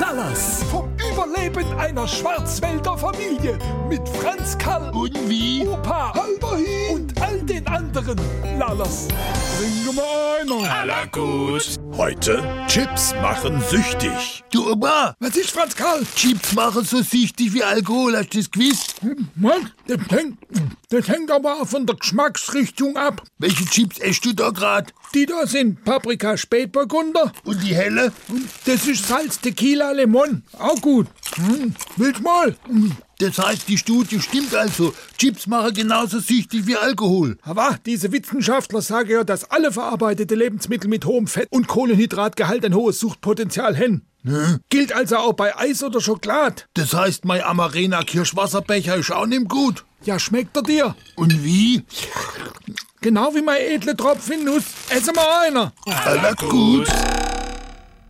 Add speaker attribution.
Speaker 1: Ballas vom Überleben einer Schwarzwälder Familie mit Franz Karl
Speaker 2: Und wie?
Speaker 1: Opa Halberhi und all den anderen Lalas. Bring mal einer.
Speaker 2: Aller gut. Heute Chips machen süchtig. Du Oma,
Speaker 1: Was ist Franz Karl?
Speaker 2: Chips machen so süchtig wie Alkohol, hast du das gewusst?
Speaker 1: Mann, das hängt, das hängt aber auch von der Geschmacksrichtung ab.
Speaker 2: Welche Chips esst du da grad?
Speaker 1: Die da sind Paprika Spätburgunder.
Speaker 2: Und die helle?
Speaker 1: Das ist Salz, Tequila, Limon. Auch gut. Hm, willst mal? Hm.
Speaker 2: Das heißt, die Studie stimmt also. Chips machen genauso süchtig wie Alkohol.
Speaker 1: Aber diese Wissenschaftler sagen ja, dass alle verarbeitete Lebensmittel mit hohem Fett- und Kohlenhydratgehalt ein hohes Suchtpotenzial hätten. Gilt also auch bei Eis oder Schokolade.
Speaker 2: Das heißt, mein Amarena Kirschwasserbecher ist auch nicht gut.
Speaker 1: Ja, schmeckt er dir?
Speaker 2: Und wie?
Speaker 1: Genau wie mein edle Tropfen Nuss. Esse mal einer.
Speaker 2: Aller gut.